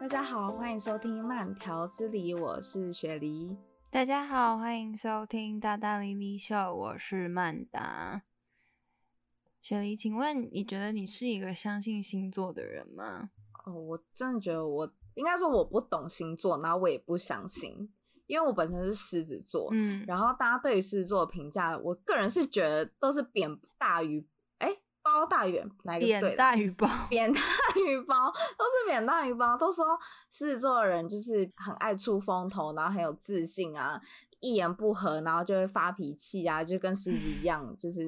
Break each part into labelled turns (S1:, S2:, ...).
S1: 大家好，欢迎收听慢条斯理，我是雪梨。
S2: 大家好，欢迎收听《大大黎明秀》，我是曼达。雪梨，请问你觉得你是一个相信星座的人吗？
S1: 哦，我真的觉得我应该说我不懂星座，然后我也不相信，因为我本身是狮子座。
S2: 嗯，
S1: 然后大家对于狮子座的评价，我个人是觉得都是扁大于哎包大于圆哪一个是对
S2: 脸
S1: 的
S2: 大于包，
S1: 扁担鱼包，都是扁担鱼包，都说狮子座的人就是很爱出风头，然后很有自信啊，一言不合然后就会发脾气啊，就跟狮子一样，就是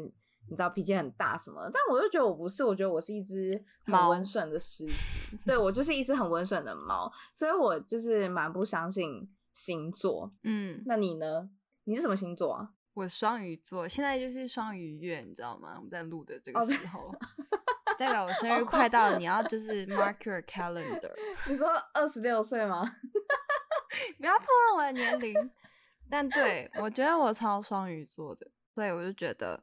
S1: 你知道脾气很大什么的。但我就觉得我不是，我觉得我是一只很
S2: 猫
S1: 温顺的狮子，对我就是一只很温顺的猫，所以我就是蛮不相信星座。
S2: 嗯，
S1: 那你呢？你是什么星座啊？
S2: 我双鱼座，现在就是双鱼月，你知道吗？我们在录的这个
S1: 哦对哦
S2: 时 候，代表我生日快到了，你要就是 mark your calendar，
S1: 你说二十六岁吗？
S2: 不要破了我的年龄。但对我觉得我超双鱼座的，所以我就觉得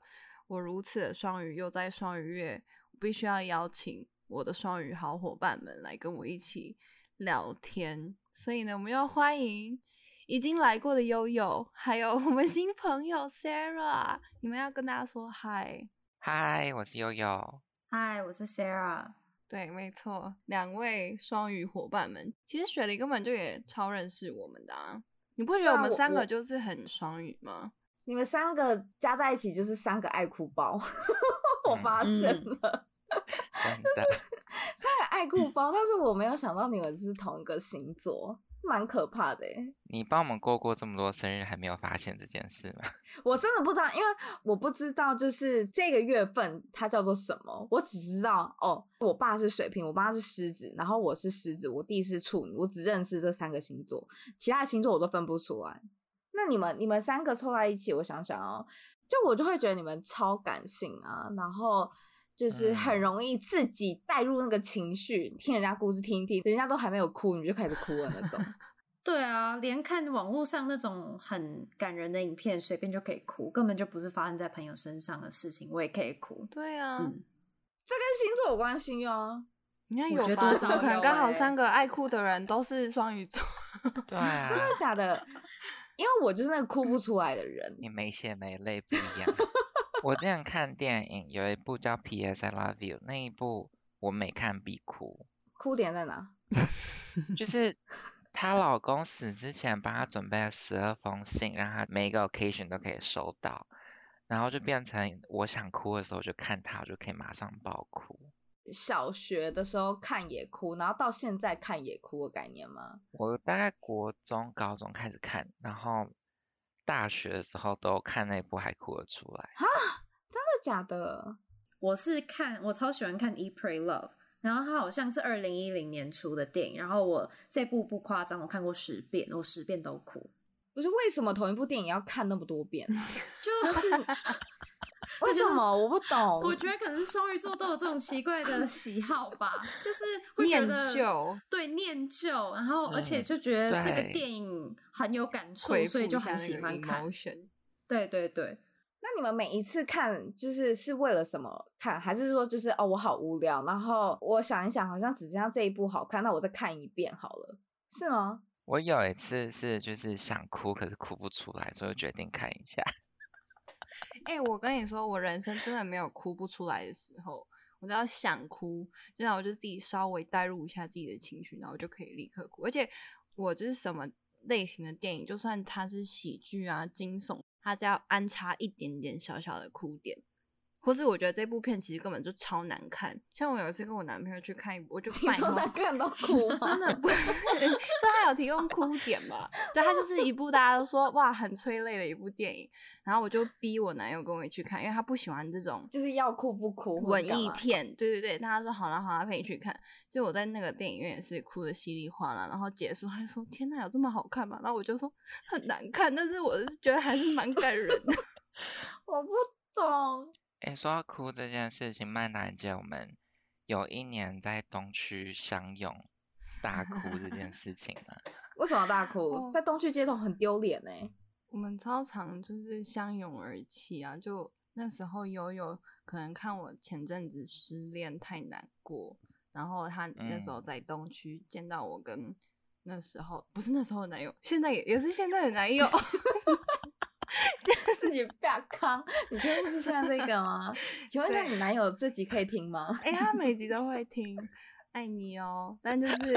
S2: 我如此的双鱼，又在双鱼月，我必须要邀请我的双鱼好伙伴们来跟我一起聊天。所以呢，我们要欢迎已经来过的悠悠，还有我们新朋友 Sarah，你们要跟大家说嗨。
S3: 嗨，我是悠悠。
S4: 嗨，我是 Sarah。
S2: 对，没错，两位双鱼伙伴们，其实雪梨根本就也超认识我们的啊！你不觉
S1: 对
S2: 得我
S1: 啊
S2: 们
S1: 我
S2: 三
S1: 我
S2: 个就是很双鱼吗？
S1: 你们三个加在一起就是三个爱哭包， 我发现了、
S3: 真的，
S1: 三个爱哭包，但是我没有想到你们是同一个星座，蛮可怕的欸耶
S3: 你帮我们过过这么多生日，还没有发现这件事吗？
S1: 我真的不知道，因为我不知道就是这个月份它叫做什么，我只知道哦，我爸是水瓶，我妈是狮子，然后我是狮子，我弟是处女，我只认识这三个星座，其他的星座我都分不出来。那你们你们三个凑在一起，我想想哦，就我就会觉得你们超感性啊，然后就是很
S3: 嗯
S1: 容易自己带入那个情绪，听人家故事听一听，人家都还没有哭，你就开始哭的那种。
S4: 对啊，连看网络上那种很感人的影片，随便就可以哭，根本就不是发生在朋友身上的事情，我也可以哭。
S2: 对啊，
S4: 嗯，
S1: 这跟星座有关系哦。
S2: 你看
S4: 我
S2: 有
S4: 觉得
S2: 吧？
S4: 多
S2: 怎么
S4: 少
S2: 可能
S4: 有
S2: 刚好
S4: 欸
S2: 三个爱哭的人都是双鱼座？
S3: 对啊
S1: 真，的假的？因为我就是那个哭不出来的人。
S3: 你没血没泪不一样。我之前看电影有一部叫《P.S. I Love You》，那一部我每看必哭，
S1: 哭点在哪？
S3: 就是她老公死之前帮她准备了十二封信，让她每一个 occasion 都可以收到，然后就变成我想哭的时候就看她，我就可以马上爆哭。
S1: 小学的时候看也哭，然后到现在看也哭的概念吗？
S3: 我大概国中、高中开始看，然后大学的时候都看那部还哭了出来。
S1: 真的假的？
S4: 我是看我超喜欢看《E Pray Love》，然后它好像是二零一零年出的电影，然后我这部不夸张，我看过十遍，我十遍都哭。
S1: 不是为什么同一部电影要看那么多遍啊、
S4: 就
S1: 就是为什么我不懂？
S4: 我觉得可能是双鱼座都有这种奇怪的喜好吧，就是会觉
S2: 念
S4: 得
S2: 旧，
S4: 对念旧，然后而且
S3: 嗯
S4: 就觉得这个
S3: 对
S4: 电影很有感触，
S2: 回复
S4: 所以
S2: 一
S4: 就
S2: 下
S4: 很
S2: 那
S4: 喜
S2: 个
S4: 欢看。
S2: emotion。
S4: 对对对，
S1: 那你们每一次看，就是是为了什么看？还是说就是哦，我好无聊，然后我想一想，好像只剩下这一部好看，那我再看一遍好了，是吗？
S3: 我有一次是就是想哭，可是哭不出来，所以我决定看一下。
S2: 哎、我跟你说，我人生真的没有哭不出来的时候，我只要想哭，然后我就自己稍微带入一下自己的情绪，然后我就可以立刻哭。而且我就是什么类型的电影，就算它是喜剧啊、惊悚，它只要安插一点点小小的哭点。或是我觉得这部片其实根本就超难看，像我有一次跟我男朋友去看一部，我就
S1: 听
S2: 半
S1: 说
S2: 夜
S1: 那个人都哭吗，
S2: 真的不是，就他有提供哭点嘛？对，他就是一部大家都说哇很催泪的一部电影，然后我就逼我男友跟我一起去看，因为他不喜欢这种
S1: 就是要哭不哭，或
S2: 文
S1: 者干
S2: 艺
S1: 嘛
S2: 片，对对对。那他说好了好了，陪你去看。结果我在那个电影院也是哭的稀里哗啦，然后结束他就说天呐有这么好看吗？然后我就说很难看，但是我是觉得还是蛮感人的。
S1: 我不懂，
S3: 诶，说到哭这件事情，曼达姐，我们有一年在东区相拥大哭这件事情 嘛，
S1: 为什么要大哭？
S2: 哦
S1: 在东区街头很丢脸呢。
S2: 我们超常就是相拥而泣啊，就那时候悠悠可能看我前阵子失恋太难过，然后他那时候在东区见到我跟那时候不是那时候的男友，现在也也是现在的男友，
S1: 自己不要康，你确定是现在这个 吗？请问一下，
S2: 对
S1: 你男友自己可以听吗？
S2: 哎、他每集都会听，爱你哦。但就是，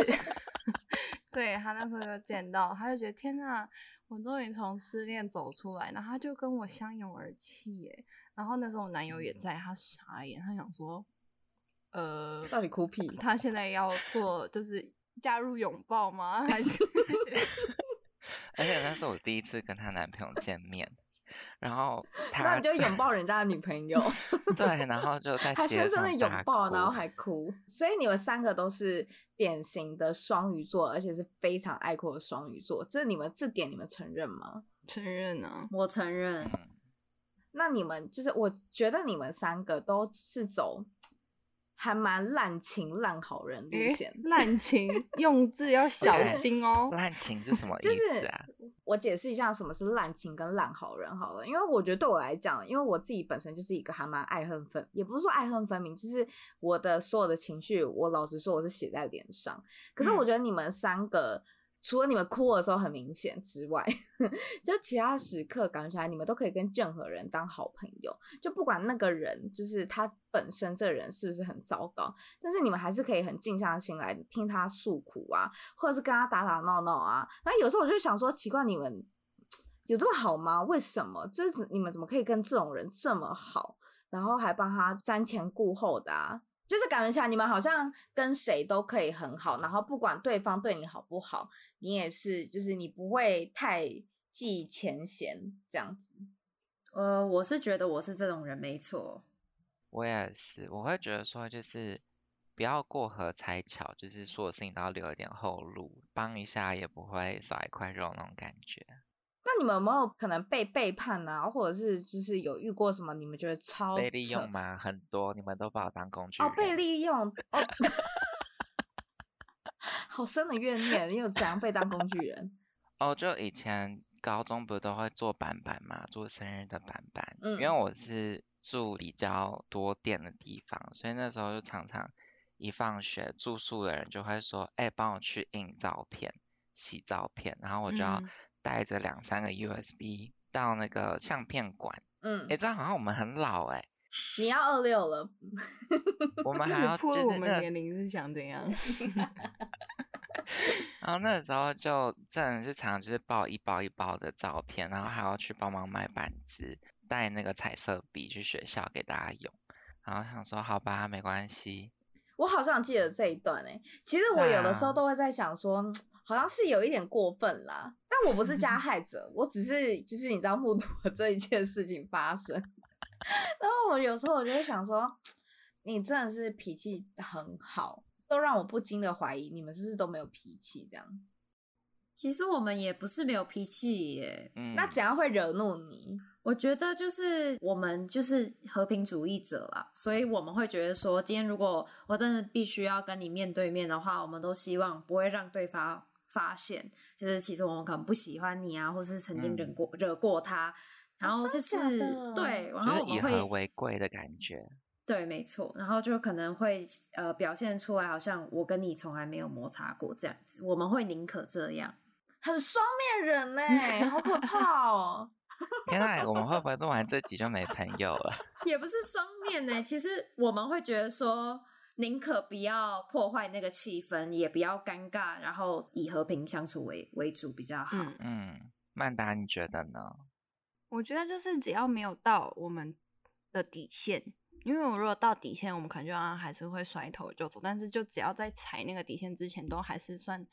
S2: 对他那时候就见到，他就觉得天呐，我终于从失恋走出来，然后他就跟我相拥而泣耶。然后那时候我男友也在，他傻眼，他想说，呃，
S1: 到底哭屁？
S2: 他现在要做就是加入拥抱吗？ 还是
S3: 而且那是我第一次跟她男朋友见面，然后
S1: 那
S3: 他
S1: 你就拥抱人家的女朋 友，
S3: 对，然后就在
S1: 还
S3: 街
S1: 深深的
S3: 上
S1: 拥
S3: 大
S1: 抱，然后
S3: 哭
S1: 还哭。所以你们三个都是典型的双鱼座，而且是非常爱哭的双鱼座。这你们这点你们承认吗？
S2: 承认啊？
S4: 我承认，
S3: 嗯
S1: 那你们就是，我觉得你们三个都是走还蛮滥情滥好人路
S2: 诶
S1: 线。
S2: 滥情用字要小
S3: 对
S2: 心哦。
S3: 滥情是什么
S1: 就
S3: 意思
S1: 是
S3: 啊？
S1: 我解释一下什么是滥情跟滥好人好了，因为我觉得对我来讲，因为我自己本身就是一个还蛮爱恨分，也不是说爱恨分明，就是我的所有的情绪，我老实说我是写在脸上。可是我觉得你们三个，除了你们哭的时候很明显之外， 就其他时刻感觉起来，你们都可以跟任何人当好朋友，就不管那个人就是他本身这个人是不是很糟糕，但是你们还是可以很静下心来听他诉苦啊，或者是跟他打打闹闹啊。那有时候我就想说，奇怪，你们有这么好吗？为什么？就是你们怎么可以跟这种人这么好，然后还帮他瞻前顾后的啊？就是感觉起来，你们好像跟谁都可以很好，然后不管对方对你好不好，你也是，就是你不会太记前嫌这样子。
S4: 呃，我是觉得我是这种人没错，
S3: 我也是，我会觉得说就是不要过河拆桥，就是所有事情都要留一点后路，帮一下也不会少一块肉那种感觉。
S1: 那你们有没有可能被背叛啊，或者是就是有遇过什么你们觉得超
S3: 被利
S1: 扯
S3: 用吗？很多，你们都把我当工具
S1: 哦，被
S3: 人
S1: 利 用哦， 好深的怨念，你有怎样被当工具人？
S3: 哦，就以前高中不是都会做板板嘛，做生日的板板。因为
S1: 嗯
S3: 我是住比较多店的地方，所以那时候就常常一放学，住宿的人就会说：“哎、帮我去印照片、洗照片。”然后我就要
S2: 嗯
S3: 带着两三个 USB 到那个相片馆。
S1: 嗯
S3: 哎、，这样好像我们很老哎、
S1: 你要二六了，
S3: 我们 还
S2: 那
S3: 要
S2: 你破
S3: 啊
S2: 了
S3: 就
S2: 我
S3: 是
S2: 们
S3: 那
S2: 年龄是想怎样？
S3: 然后那时候就真的是常常就是抱一包一包的照片，然后还要去帮忙买板子，带那个彩色笔去学校给大家用。然后想说好吧，没关系，
S1: 我好像记得这一段哎、其实我有的时候
S3: 啊
S1: 都会在想说，嗯好像是有一点过分啦。但我不是加害者，我只是就是你知道目睹了这一件事情发生。 然后我有时候我就会想说，你真的是脾气很好，都让我不禁的怀疑你们是不是都没有脾气这样。
S4: 其实我们也不是没有脾气耶，
S3: 嗯，
S1: 那怎样会惹怒你？
S4: 我觉得就是我们就是和平主义者啦，所以我们会觉得说，今天如果我真的必须要跟你面对面的话，我们都希望不会让对方发现，就是其实我们可能不喜欢你啊，或是曾经惹
S3: 嗯
S4: 过、惹过他，然后就
S1: 真
S4: 是、
S1: 假的
S4: 对，然
S3: 就
S4: 后
S3: 是
S4: 我
S3: 以
S4: 们会
S3: 和为贵的感觉，
S4: 对，没错，然后就可能会呃表现出来，好像我跟你从来没有摩擦过这样子，我们会宁可这样。
S1: 很双面人呢、好可怕哦！
S3: 天呐，我们会不会录完这集就没朋友了？
S4: 也不是双面呢、其实我们会觉得说，宁可不要破坏那个气氛，也不要尴尬，然后以和平相处为为主比较好。
S2: 嗯，
S3: 嗯，曼达你觉得呢？
S2: 我觉得就是只要没有到我们的底线，因为我如果到底线，我们可能就好像还是会甩头就走，但是就只要在踩那个底线之前，都还是算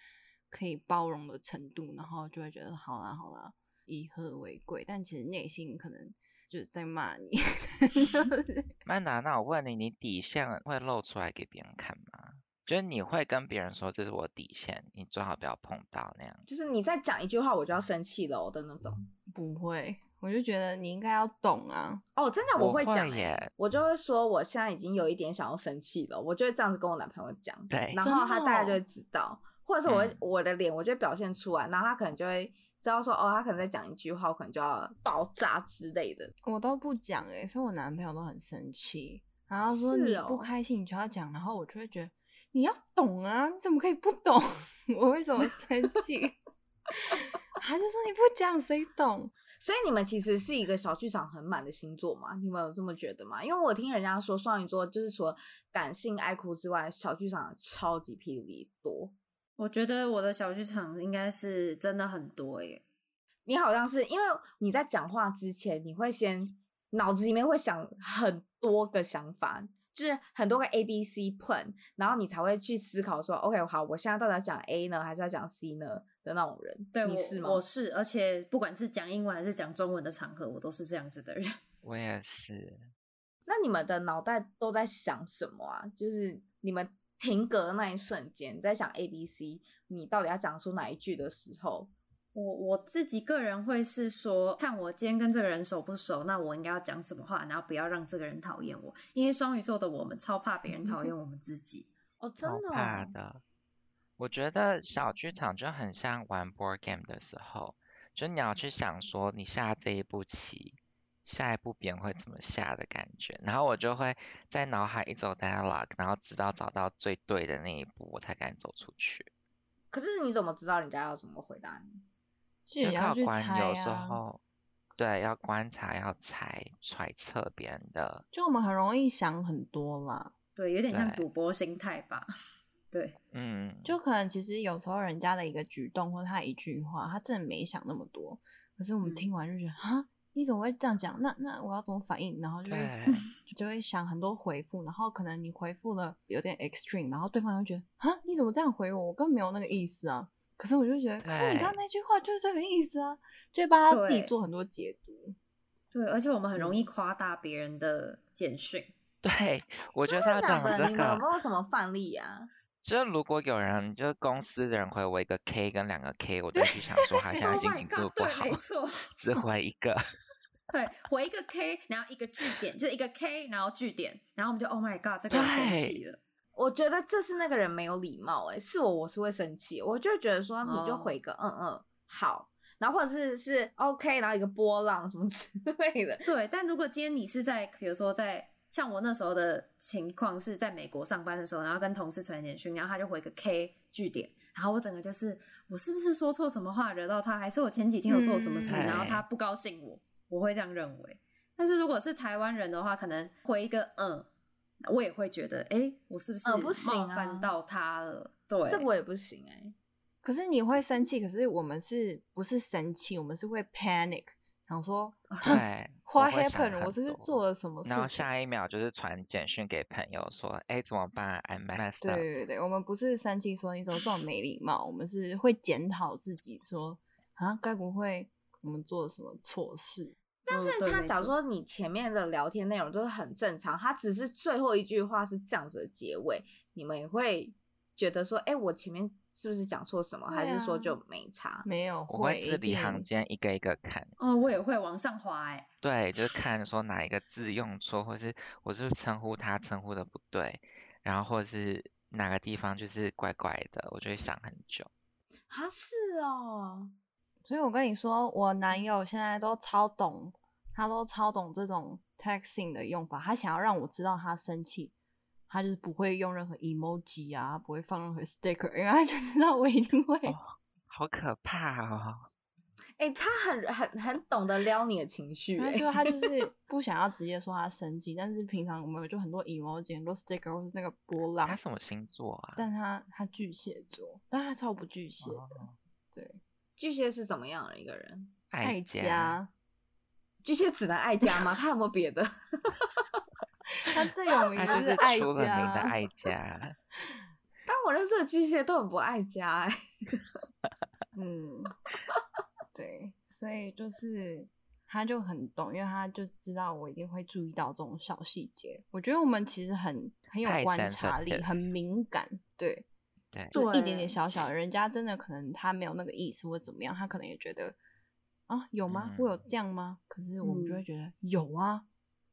S2: 可以包容的程度，然后就会觉得好啦好啦，以和为贵，但其实内心可能就是在骂你， 就是
S3: 曼达，那我问你，你底线会露出来给别人看吗？就是你会跟别人说这是我底线，你最好不要碰到那样。
S1: 就是你再讲一句话，我就要生气了哦的那种。
S2: 不会，我就觉得你应该要懂啊，
S1: 哦，真的
S3: 我
S1: 会讲、
S3: 会
S1: 欸
S3: 耶，
S1: 我就会说我现在已经有一点想要生气了，我就会这样子跟我男朋友讲，
S3: 对
S1: 然
S2: 真
S1: 后
S2: 的
S1: 他大概
S2: 哦
S1: 就会知道，或者是我会、
S3: 嗯
S1: 我的脸我就会表现出来，然后他可能就会知道说哦，他可能在讲一句话，我可能就要爆炸之类的。
S2: 我都不讲哎、所以我男朋友都很生气，然后说
S1: 是
S2: 你
S1: 哦
S2: 不开心你就要讲，然后我就会觉得你要懂啊，你怎么可以不懂？ 我为什么生气？ 他就说你不讲谁懂？
S1: 所以你们其实是一个小剧场很满的星座嘛？你们有这么觉得吗？因为我听人家说双鱼座就是除了感性爱哭之外，小剧场超级霹雳多。
S4: 我觉得我的小剧场应该是真的很多耶。
S1: 你好像是因为你在讲话之前，你会先脑子里面会想很多个想法，就是很多个 A B C plan，然后你才会去思考说，OK，好，我现在到底要讲 A 呢，还是要讲 C 呢的那种人？
S4: 对，
S1: 你
S4: 我
S1: 是吗？
S4: 我是，而且不管是讲英文还是讲中文的场合，我都是这样子的人。
S3: 我也是，
S1: 那你们的脑袋都在想什么啊？就是你们停格的那一瞬间，在想 A、B、C，你到底要讲出哪一句的时候，
S4: 我我自己个人会是说，看我今天跟这个人熟不熟，那我应该要讲什么话，然后不要让这个人讨厌我。因为双鱼座的我们超怕别人讨厌我们自己。
S1: 哦，真
S3: 好
S1: 的、
S3: 怕
S1: 哦，
S3: 的。我觉得小剧场就很像玩 board game 的时候，就你要去想说你下这一步棋，下一步别人会怎么下的感觉。然后我就会在脑海一走 dialogue，然后直到找到最对的那一步，我才敢走出去。
S1: 可是你怎么知道人家要怎么回答你？
S2: 自己
S3: 就靠
S2: 要去
S3: 观
S2: 猜
S3: 游之
S2: 啊。
S3: 后，对，要观察，要猜揣测别人的。
S2: 就我们很容易想很多啦，
S4: 对，有点像
S3: 对
S4: 赌博心态吧。对，
S3: 嗯，
S2: 就可能其实有时候人家的一个举动或他一句话，他真的没想那么多，可是我们
S1: 嗯
S2: 听完就觉得啊、你怎么会这样讲？那那我要怎么反应？然后就会
S3: 对，
S2: 就就会想很多回复，然后可能你回复了有点 extreme，然后对方就觉得啊你怎么这样回我？我根本没有那个意思啊。可是我就觉得，可是你刚刚
S3: 对
S2: 那句话就是这个意思啊，就会帮他自己
S4: 对
S2: 做很多解读。
S4: 对，而且我们很容易夸大别人的简讯。
S3: 对，我觉得他
S1: 真的假
S3: 讲
S1: 的？
S3: 这
S1: 你们有
S3: 个。
S1: 没有什么范例啊？
S3: 就是如果有人，就是公司的人回我一个 K 跟两个 K，我就会去想 说他现在
S4: Oh
S3: 心
S4: my
S3: 情
S4: god，
S3: 是不是不
S4: 对
S3: 好
S4: 没，错，
S3: 只回一个。
S4: 对，回一个 K，然后一个句点，就是一个 K，然后句点，然后我们就 Oh my God，这个人生气了。
S1: 我觉得这是那个人没有礼貌、欸，哎，是我，我是会生气，我就会觉得说，你就
S4: 哦
S1: 回个嗯嗯好，然后或者是是 OK，然后一个波浪什么 之类的，
S4: 对，但如果今天你是在，比如说在像我那时候的情况是在美国上班的时候，然后跟同事传简讯，然后他就回个 K 句点，然后我整个就是我是不是说错什么话惹到他，还是我前几天有做什么事，
S3: 嗯
S4: 然后他不高兴我，我会这样认为。但是如果是台湾人的话，可能回一个嗯，我也会觉得，哎、我是不是
S1: 嗯不行
S4: 冒
S1: 啊
S4: 犯到他了？对，嗯
S1: 这我也不行哎、欸
S2: 可是你会生气，可是我们是不是生气？我们是会 panic，想说
S3: 哦对
S2: ，What
S3: 我会想
S2: happened？
S3: 很
S2: 我是不是
S3: 多
S2: 做了什么事
S3: 然后
S2: 情？
S3: 下一秒就是传简讯给朋友说，哎，怎么办？I'm messed
S2: 对
S3: up。
S2: 对对，我们不是生气说你怎么这么没礼貌，我们是会检讨自己说啊，该不会我们做了什么错事？
S1: 但
S4: 嗯
S1: 是
S4: 对
S1: 他
S4: 没
S1: 假如
S4: 错
S1: 说你前面的聊天内容就是很正常，他只是最后一句话是这样子的结尾，你们也会觉得说，哎、我前面是不是讲错什么，
S2: 对
S1: 还是说
S2: 啊
S1: 就没差？
S2: 没有
S3: 我会
S2: 一
S3: 字里行
S2: 定
S3: 间一个一个看，
S4: 哦，我也会往上滑、哎，
S3: 对，就是看说哪一个字用错，或是我是不是称呼他称呼的不对，然后或者是哪个地方就是怪怪的，我就会想很久。
S1: 啊，是哦，
S2: 所以我跟你说，我男
S3: 嗯
S2: 友现在都超懂，他都超懂这种 texting 的用法。他想要让我知道他生气，他就是不会用任何 emoji 啊，不会放任何 sticker，因为他就知道我一定会。
S3: 哦好可怕哦！
S1: 哎、他很很很懂得撩你的情绪、
S2: 然后
S1: 欸，
S2: 就他就是不想要直接说他生气，但是平常我们就很多 emoji、很多 sticker 或是那个波浪
S3: 他。什么星座啊？
S2: 但他他巨蟹座，但他超不巨蟹的，
S3: 哦
S2: 对，
S1: 巨蟹是怎么样的一个人？
S3: 爱家。
S2: 家。
S1: 巨蟹只能爱家吗？ 他有没有别的？
S2: 他最有名
S3: 他
S2: 的
S3: 就是
S2: 爱
S3: 出了名的
S2: 家，
S3: 爱家，
S1: 但我认识的巨蟹都很不爱家、欸，
S2: 嗯，对，所以就是他就很懂，因为他就知道我一定会注意到这种小细节。我觉得我们其实很很有
S3: 太
S2: 观察
S3: sensitive
S2: 力，很敏感，对，
S3: 对，
S2: 就是一
S4: 对
S2: 点点小小的，人家真的可能他没有那个意思或怎么样，他可
S3: 嗯
S2: 能也觉得啊有吗？我有这样吗？可是我们就
S4: 嗯
S2: 会觉得有啊，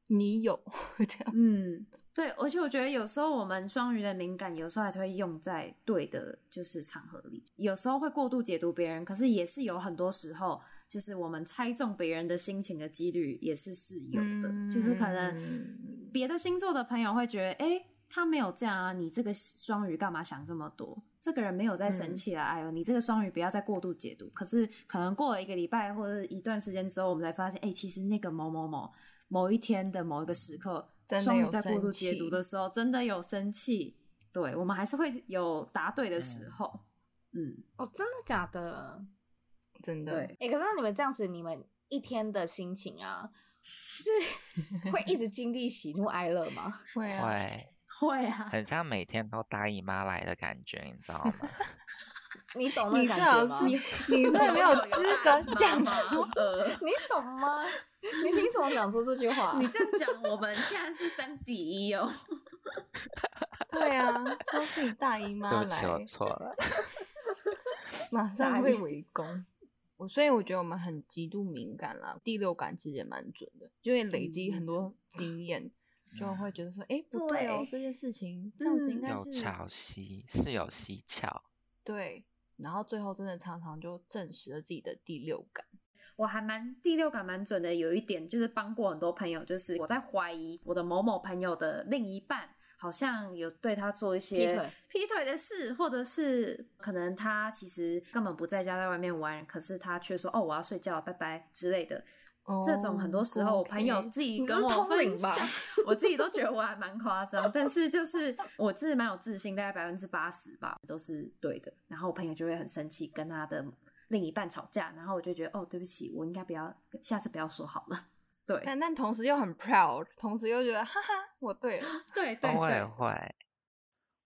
S2: 你有这样，
S4: 嗯，对，而且我觉得有时候我们双鱼的敏感，有时候还是会用在对的，就是场合里，有时候会过度解读别人，可是也是有很多时候，就是我们猜中别人的心情的几率也是是有的，就是可能
S2: 嗯
S4: 别的星座的朋友会觉得，哎、他没有这样啊，你这个双鱼干嘛想这么多？这个人没有在生气啊，哎呦，你这个双鱼不要再过度解读。可是可能过了一个礼拜或者一段时间之后，我们才发现，哎、其实那个某某某某一天的某一个时刻，
S2: 真的
S4: 双鱼
S2: 有
S4: 在过度
S2: 生气
S4: 解读的时候，真的有生气。对我们还是会有答对的时候，嗯，
S1: 哦，真的假的？
S2: 真的
S4: 对，
S1: 哎、可是那你们这样子，你们一天的心情啊，就是 会一直经历喜怒哀乐吗？
S2: 会啊，
S3: 会，
S4: 会啊，
S3: 很像每天都大姨妈来的感觉，你知道吗？
S1: 你懂那
S2: 你
S1: 个
S2: 最
S1: 感觉
S2: 好
S1: 吗？
S2: 是
S1: 你
S2: 你最没有资格讲
S4: 说
S2: 说，
S1: 懂吗？你凭什么讲出这句 话？
S4: 你这样讲，我们现在是三比一哦。
S2: 对啊，说自己大姨
S3: 对
S2: 妈
S3: 不起，我
S2: 来，
S3: 错了。
S2: 马
S4: 大
S2: 上
S4: 姨
S2: 被围攻。 我所以我觉得我们很极度敏感啦，第六感其实也蛮准的，就会累
S4: 嗯
S2: 积很多经验，就
S3: 嗯
S2: 会觉得说，哎、不对哦
S4: 对，
S2: 这件事情这样子应
S4: 嗯
S2: 该
S3: 有
S2: 是
S3: 巧蹊是有蹊 跷，
S2: 对，然后最后真的常常就证实了自己的第六感。
S4: 我还蛮第六感蛮准的，有一点就是帮过很多朋友，就是我在怀疑我的某某朋友的另一半好像有对他做一些
S1: 劈腿
S4: 劈腿的事，或者是可能他其实根本不在家，在外面玩，可是他却说哦我要睡觉，拜拜之类的。这种很多时候我朋友自己
S1: 哦你这
S4: 跟
S1: 是
S4: 我
S1: 通
S4: 分
S1: 灵吧
S4: 享我自己都觉得我还蛮夸张，但是就是我自己蛮有自信，大概百分之八十吧都是对的。然后我朋友就会很生气，跟他的另一半吵架，然后我就觉得哦，对不起，我应该不要，下次不要说好了。对
S2: 但但同时又很 proud，同时又觉得哈哈，我 对了，
S4: 对对
S3: 哦我也
S4: 对，
S3: 会。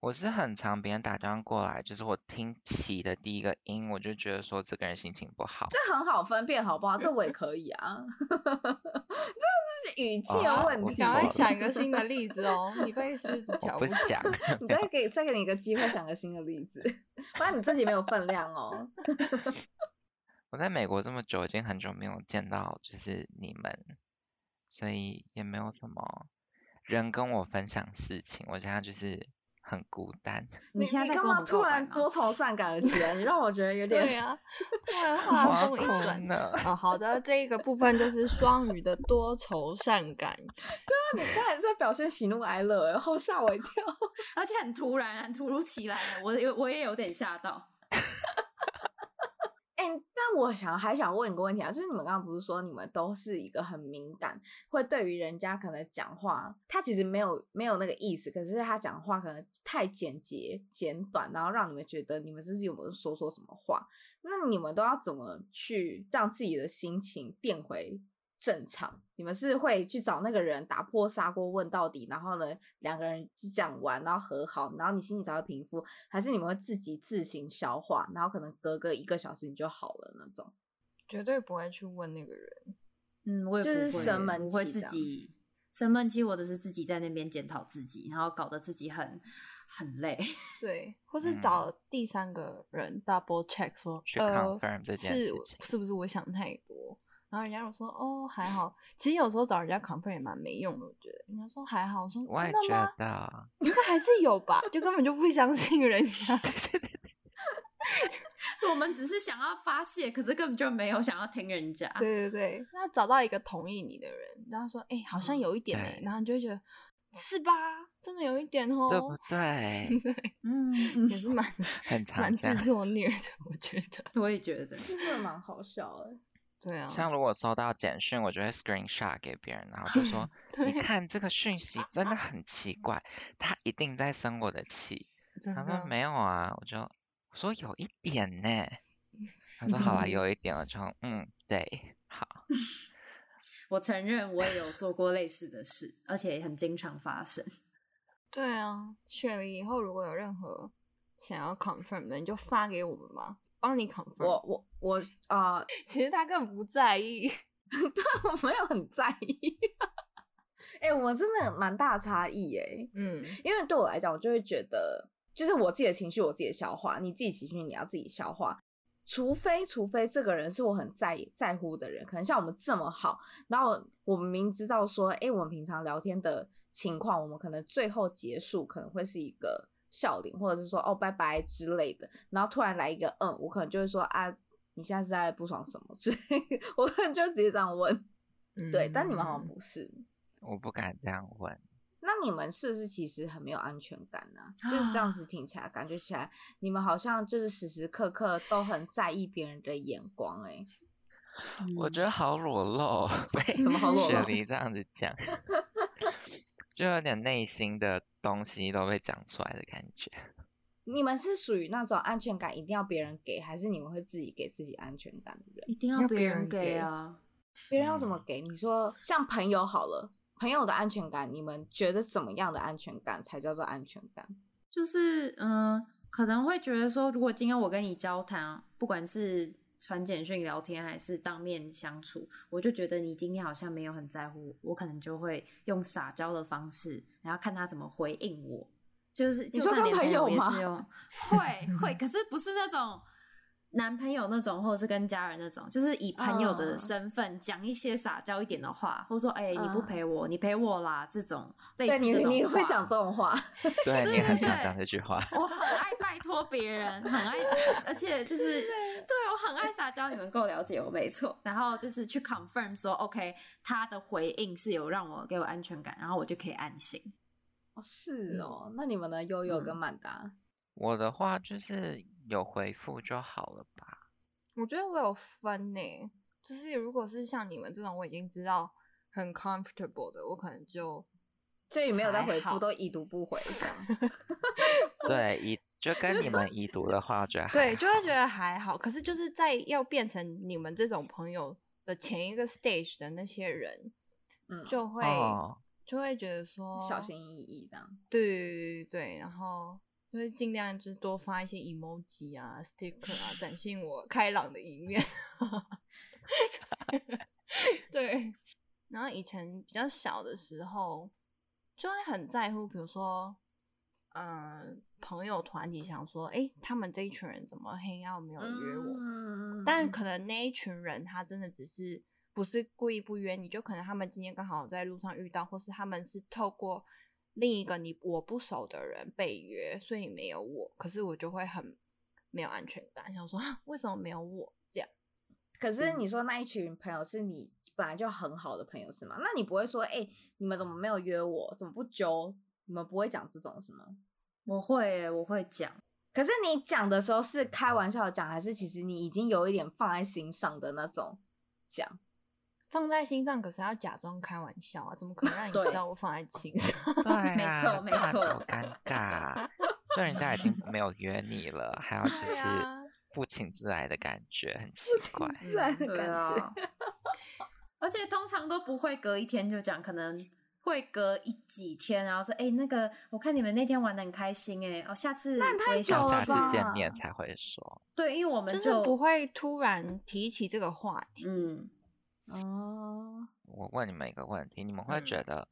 S3: 我是很常别人打电话过来，就是我听起的第一个音，我就觉得说这个人心情不好。
S1: 这很好分辨，好不好？这我也可以啊， 这是语气的
S3: 哦
S1: 问
S3: 我
S1: 题。
S2: 赶快
S3: 错了
S2: 想一个新的例子哦，你被狮子
S3: 我
S2: 瞧
S3: 不
S2: 起。
S3: 讲，
S1: 你再给再给你一个机会，想个新的例子， 不然你自己没有分量哦。
S3: 我在美国这么久，已经很久没有见到就是你们，所以也没有什么人跟我分享事情。我现在就是很孤 单，
S1: 你
S4: 现在
S1: 你
S4: 在
S1: 干
S4: 跟我
S1: 嘛
S4: 们
S1: 突
S4: 告白
S1: 然
S4: 吗
S1: 多愁善感了起来？你让我觉得有点
S2: 对 啊，突然话
S3: 挖
S2: 锋一转
S3: 空了。
S2: 哦，好的，这一个部分就是双鱼的多愁善感，
S1: 你刚才在表现喜怒哀乐，然后吓我一跳。
S4: 而且很突然，很突如其来，啊我有我也有点吓到。
S1: 哎、但我想还想问一个问题啊，就是你们刚刚不是说你们都是一个很敏感，会对于人家可能讲话，他其实没有没有那个意思，可是他讲话可能太简洁简短，然后让你们觉得你们这是有没有说说什么话？那你们都要怎么去让自己的心情变回正常？你们是会去找那个人打破砂锅问到底，然后呢两个人就讲完，然后和好，然后你心里才会平复，还是你们会自己自行消化，然后可能隔个一个小时你就好了那种？
S2: 绝对不会去问那个人。
S4: 嗯，我也
S1: 就是
S4: 不会
S1: 生闷
S4: 我会
S1: 气
S4: 自
S1: 这样
S4: 己生闷气，或者是自己在那边检讨自己，然后搞得自己很很累。
S2: 对，或是
S3: 嗯
S2: 找第三个人 double check 说，
S3: 去
S2: 呃
S3: confirm，这件
S2: 是
S3: 事
S2: 我
S3: 情
S2: 是不是我想太多？然后人家又说，哦，还好。其实有时候找人家 confirm 也蛮没用的，我觉得。人家说还好，我说
S3: 我也
S2: 真的吗
S3: 觉？得，
S2: 应该还是有吧，就根本就不相信人家。
S4: 我们只是想要发泄，可是根本就没有想要听人家。
S2: 对对对，那找到一个同意你的人，然后说，哎、好像
S4: 嗯
S2: 有一点哎、
S3: 对
S2: 然后你就会觉得是吧？真的有一点
S3: 对不
S2: 哦，
S3: 对？
S4: 嗯，
S2: 也是蛮
S3: 很常
S2: 蛮
S3: 这
S2: 自
S3: 样。
S2: 作虐的，我觉得。
S4: 我也觉得。
S1: 这真的蛮好笑的。
S2: 对啊，
S3: 像如果收到简讯，我就会 screenshot 给别人，然后就 说
S2: 对
S3: 你看这个讯息真的很奇怪，他一定在生我的气。
S2: 真
S3: 他说
S2: 的
S3: 没有啊，我就我说有一点呢。他说好啦，有一点，我就嗯对，好，
S4: 我承认我也有做过类似的事，而且很经常发生。
S2: 对啊，雪梨以后如果有任何想要 confirm 的，你就发给我们吧，帮你 confirm。
S1: 我我 我啊、
S2: 其实他更不在意，
S1: 我没有很在意。 哎、我们真的蛮大差异哎、
S2: 嗯，
S1: 因为对我来讲，我就会觉得，就是我自己的情绪我自己消化，你自己情绪你要自己消化。除非除非这个人是我很在意在乎的人，可能像我们这么好，然后我们明知道说，诶，我们平常聊天的情况，我们可能最后结束可能会是一个笑脸，或者是说哦拜拜之类的，然后突然来一个嗯，我可能就会说啊，你现在是在不爽什么之类的， 我可能就直接这样问。 对，但你们好像
S2: 嗯
S1: 不是。
S3: 我不敢这样问。
S1: 那你们是不是其实很没有安全感呢、就是这样
S4: 啊
S1: 子听起来，感觉起来你们好像就是时时刻刻都很在意别人的眼光、欸，
S3: 我觉得好裸露，
S4: 哎
S3: 被
S1: 什么好裸
S3: 雪
S1: 露
S3: 梨这样子讲，就有点内心的东西都被讲出来的感觉。
S1: 你们是属于那种安全感一定要别人给，还是你们会自己给自己安全感的人？
S4: 嗯一定要
S2: 要
S4: 别
S2: 别
S4: 人
S2: 人
S4: 给
S2: 给
S4: 啊。
S1: 别人要怎么给？你说像朋友好了，朋友的安全感，你们觉得怎么样的安全感才叫做安全感？
S4: 就是嗯，可能会觉得说，如果今天我跟你交谈，不管是传简讯聊天还是当面相处，我就觉得你今天好像没有很在乎我，我可能就会用撒娇的方式，然后看他怎么回应我。就是
S1: 你
S4: 就
S1: 说
S4: 算
S1: 跟
S4: 连
S1: 朋友
S4: 也
S1: 吗
S4: 是用会会，可是不是那种。男朋友那种，或者是跟家人那种，就是以朋友的
S1: 嗯
S4: 身份讲一些撒娇一点的话，或者说，哎、你不
S1: 嗯
S4: 陪我，你陪我啦，这种类似
S1: 对你，
S4: 这种
S1: 你会
S4: 话
S1: 讲这种话，
S3: 对你
S4: 对
S3: 很
S4: 对
S3: 想讲这句 话，
S4: 我很爱拜托别人，很 爱，而且就是对啊我很爱撒娇，你们够了解我没错。然后就是去 confirm 说，OK，他的回应是有让我给我安全感，然后我就可以安心。
S1: 哦
S4: 嗯
S1: 是哦。那你们呢？悠悠跟曼达，
S3: 我的话就是有回复就好了吧。
S2: 我觉得我有分呢、就是如果是像你们这种我已经知道很 comfortable 的，我可 能就
S1: 这也没有在回
S2: 还
S1: 复，
S2: 好
S1: 都已读不回这样。
S3: 对，已就跟你们已读的话，我觉得还
S2: 对，就会
S3: 好
S2: 觉得还好。可是就是在要变成你们这种朋友的前一个 stage 的那些人，
S1: 嗯，
S2: 就会、
S3: 哦，
S2: 就会觉得说
S1: 小心翼翼这样。
S2: 对对对对，然后就会尽量就是多发一些 emoji 啊、sticker 啊，展现我开朗的一面。对，然后以前比较小的时候，就会很在乎，比如说，嗯、朋友团体想说，诶，他们这一群人怎么 hang out 没有约我？
S1: 嗯
S2: 但可能那一群人他真的只是不是故意不约你，就可能他们今天刚好在路上遇到，或是他们是透过另一个你我不熟的人被约，所以没有我，可是我就会很没有安全感，想说 啊为什么没有我这样？
S1: 可是你说那一群朋友是你本来就很好的朋友是吗？那你不会说，哎、你们怎么没有约我？怎么不揪？你们不会讲这种是吗？
S4: 我会耶，我会讲，
S1: 可是你讲的时候是开玩笑的讲，还是其实你已经有一点放在心上的那种 讲？
S2: 放在心上，可是要假装开玩笑啊！怎么可能让你
S4: 对
S2: 知道我放在心上？
S3: 对
S4: 没
S3: 啊
S4: 错没
S3: 不然
S4: 错
S3: 多尴尬。就人家已经没有约你了，还要就
S2: 对啊
S3: 是不请自来的感觉，很奇怪。
S1: 自然的
S4: 对
S1: 感觉。
S4: 啊。 而且通常都不会隔一天就讲，可能会隔一几天，然后说，哎、那个，我看你们那天玩的很开心，哎，哦，下次
S1: 那太
S4: 我也
S1: 久
S3: 要
S4: 想
S1: 了
S3: 下
S4: 去
S3: 次见
S1: 吧
S3: 面才会说，
S4: 对，因为我们
S2: 就是不，会突然提起这个话题。
S4: 嗯，
S1: 哦，
S3: 我问你们一个问题，你们会
S2: 嗯
S3: 觉得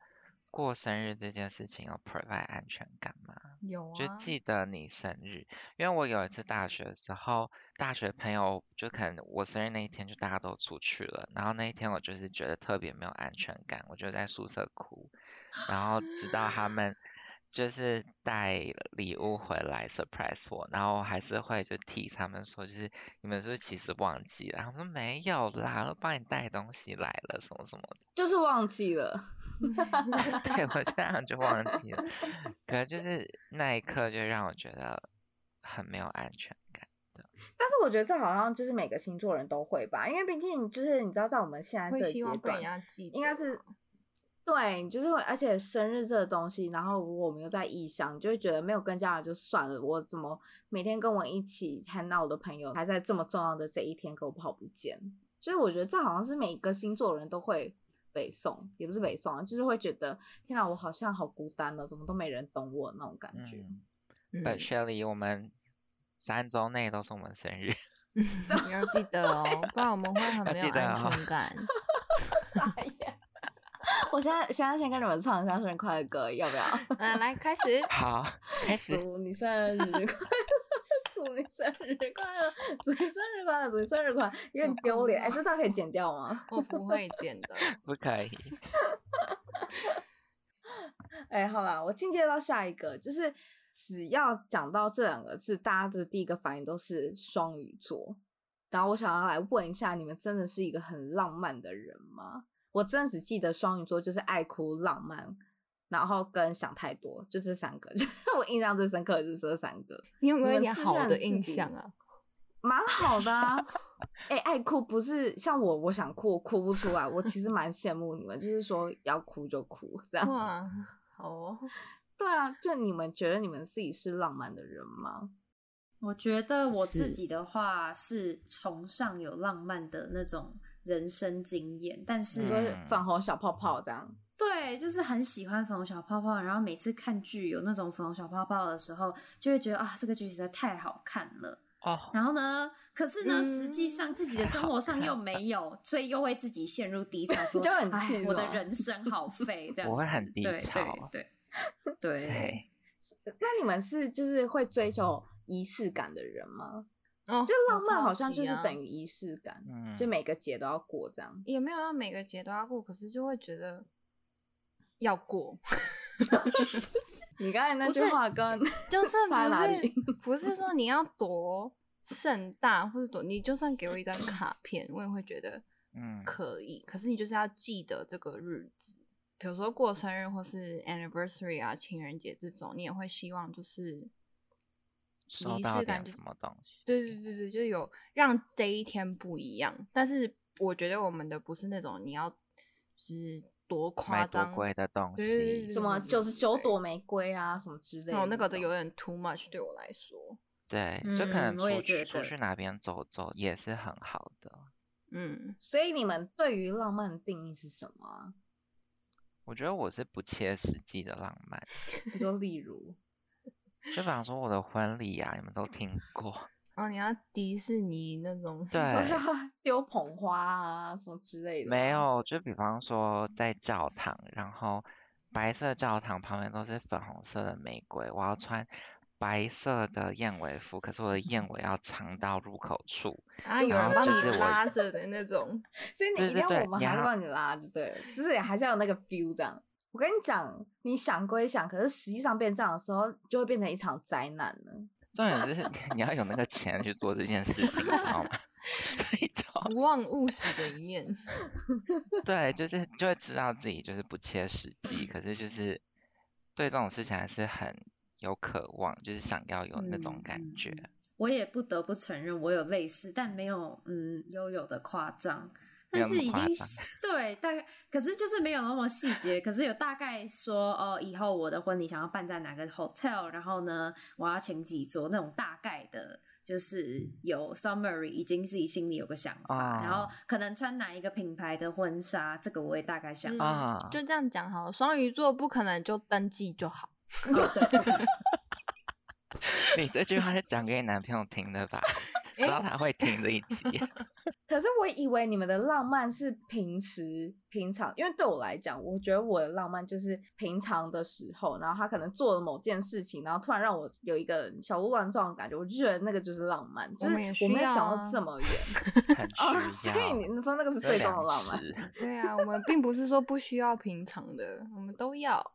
S3: 过生日这件事情有 provide 安全感吗？
S2: 有啊，
S3: 就记得你生日，因为我有一次大学的时候，大学朋友就可能我生日那一天就大家都出去了，然后那一天我就是觉得特别没有安全感，我就在宿舍哭，
S2: 啊
S3: 然后直到他们就是带礼物回来 surprise 我，然后我还是会就替他们说，就是你们是不是其实忘记了？他们说没有啦，我帮你带东西来了什么什么
S1: 就是忘记了。
S3: 对我这样就忘记了，可能就是那一刻就让我觉得很没有安全感。
S1: 但是我觉得这好像就是每个星座人都会吧，因为毕竟就是你知道，在我们现在这
S2: 会
S1: 个
S2: 希
S1: 阶
S2: 望被
S1: 段
S2: 人，家记得啊，
S1: 应该是对你就是会，而且生日这个东西，然后如果我们又在异乡，你就会觉得没有跟家人就算了，我怎么每天跟我一起看到我的朋友，还在这么重要的这一天给我跑不见？所以我觉得这好像是每个星座人都会北宋，也不是北宋啊，就是会觉得天啊哪，我好像好孤单哦，怎么都没人懂我那种感觉。
S3: 嗯
S2: 嗯
S3: ，But Shelly，我们三周内都是我们生日，
S2: 你要记得哦，不然我们会很
S3: 要
S2: 没
S3: 记
S2: 有
S3: 得
S2: 安
S3: 哦
S2: 全感。
S1: 傻眼！哎 我现在现在先跟你们唱一下生日快乐
S2: 呃
S1: 歌，要不要？
S2: 嗯，来开始。
S3: 好，开始
S1: 祝你生日快乐，祝祝你生日快乐，祝你生日快乐，祝你生日快乐，有点丢脸。哎、这段可以剪掉吗？
S2: 我不会剪的。
S3: 不可以。
S1: 哎、好啦，我进阶到下一个，就是只要讲到这两个字，大家的第一个反应都是双鱼座。然后我想要来问一下，你们真的是一个很浪漫的人吗？我真的只记得双鱼座就是爱哭、浪漫，然后跟想太多，就这三个。 就是我印象最深刻的就是这三个。
S2: 你有
S1: 你
S2: 没有一
S1: 们
S2: 点
S1: 自
S2: 好
S1: 认
S2: 的
S1: 自
S2: 印
S1: 己
S2: 象啊？
S1: 蛮好的啊。哎、爱哭不是像我，我想哭我哭不出来。我其实蛮羡慕你们，就是说要哭就哭这样。
S2: 哇，好哦，
S1: 对啊，就你们觉得你们自己是浪漫的人吗？
S4: 我觉得我自
S2: 是
S4: 己的话是崇尚有浪漫的那种人生经验，但是
S1: 你说
S3: 嗯
S1: 粉红小泡泡这样，
S4: 对，就是很喜欢粉红小泡泡，然后每次看剧有那种粉红小泡泡的时候，就会觉得啊，这个剧实在太好看了。
S3: 哦，
S4: 然后呢，可是呢，
S2: 嗯
S4: 实际上自己的生活上又没有，所以又会自己陷入 低潮，说
S1: 嗯就很
S4: 哎
S1: 气是
S4: 我的
S1: 吗
S4: 人生好废，这样
S3: 我会
S4: 子
S3: 很低
S4: 对
S3: 潮啊
S4: 对对对，
S3: 对，
S1: 那你们是就是会追求仪式感的人吗？
S2: 哦
S1: 就浪漫好像
S2: 超级
S1: 就是
S2: 啊
S1: 等于仪式感，
S3: 嗯，
S1: 就每个节都要过这样。
S2: 也没有到每个节都要过，可是就会觉得要 过，
S1: 你刚才那
S2: 不
S1: 句
S2: 是
S1: 话 跟
S2: 就是
S1: 在哪
S2: 不
S1: 里
S2: 是不是说你要多盛大或者多，你就算给我一张卡片，我也会觉得
S3: 嗯
S2: 可以。可是你就是要记得这个日子，比如说过生日或是 anniversary 啊、情人节这种，你也会希望就是
S3: 收
S2: 仪
S3: 到
S2: 式感
S3: 点
S2: 就是
S3: 什么东西，
S2: 对对对对，就有让这一天不一样。但是我觉得我们的不是那种你要就是多夸
S3: 买多
S2: 张，
S3: 贵的东
S2: 对对对
S3: 西
S2: 对，
S1: 什么九十九
S2: 对
S1: 朵玫瑰啊什么之类的
S2: 哦，那个
S1: 种
S2: 的有点 too much 对我来说，
S3: 对，就可能
S4: 嗯我也
S3: 出去
S4: 觉
S3: 出
S4: 得
S3: 去哪边走走也是很好的。
S2: 嗯，
S1: 所以你们对于浪漫的定义是什么啊？
S3: 我觉得我是不切实际的浪漫，
S1: 你说例 如，
S3: 就比方说我的婚礼呀、你们都听过，
S2: 哦，你要迪士尼那种，
S3: 对，
S1: 说要 丢捧花啊什么之类的，
S3: 没。有，就比方说在教堂，然后白色教堂旁边都是粉红色的玫瑰，我要穿白色的燕尾服，可是我的燕尾要藏到入口处，
S2: 啊，有
S1: 然
S2: 人
S1: 后
S2: 帮
S1: 就
S2: 你
S3: 是我
S2: 拉着的那种，
S1: 所以你
S3: 对
S1: 一定
S3: 对
S1: 要
S3: 对
S1: 我们
S3: 你
S1: 还是
S3: 要
S1: 帮你拉，就对了，就是还是要有那个 feel 这样。我跟你讲，你想归想，可是实际上变这样的时候，就会变成一场灾难了。
S3: 重点就是 你要有那个钱去做这件事情，你知道吗？ 所以就
S2: 不忘务实的一面。
S3: 对，就是就会知道自己就是不切实际，可是就是对这种事情还是很有渴望，就是想要有那种
S4: 嗯
S3: 感
S4: 嗯
S3: 觉。
S4: 嗯我也不得不承认，我有类似，但没有嗯悠悠的夸张，
S3: 没有那
S4: 但是
S3: 么
S4: 已
S3: 夸
S4: 经
S3: 张
S4: 对大概，可是就是没有那么细节，可是有大概说哦，以后我的婚礼想要办在哪个 hotel，然后呢，我要请几桌那种大概的。就是有 summary，已经自己心里有个想法，嗯然后
S3: 哦
S4: 可能穿哪一个品牌的婚纱，这个我也大概想。哦
S2: 嗯
S3: 啊
S2: 就这样讲好了，双鱼座不可能就登记就好，
S4: 哦对
S3: 你这句话是讲给你男朋友听的吧？知
S1: 哎
S2: 诶
S3: 道他会听这一 集。
S1: 可是我以为你们的浪漫是平时平常，因为对我来讲，我觉得我的浪漫就是平常的时候，然后他可能做了某件事情，然后突然让我有一个小鹿乱撞的感觉，我就觉得那个就是浪漫，就是
S2: 我们也需
S1: 我没有想
S2: 要
S1: 到
S2: 啊
S1: 这么远
S3: 很
S1: 啊、
S3: 需
S1: 所
S3: 要
S1: 以你你说那个是
S3: 这
S1: 最终的
S3: 两
S1: 浪漫，
S3: 时
S2: 对啊，我们并不是说不需要平常的，我们都要。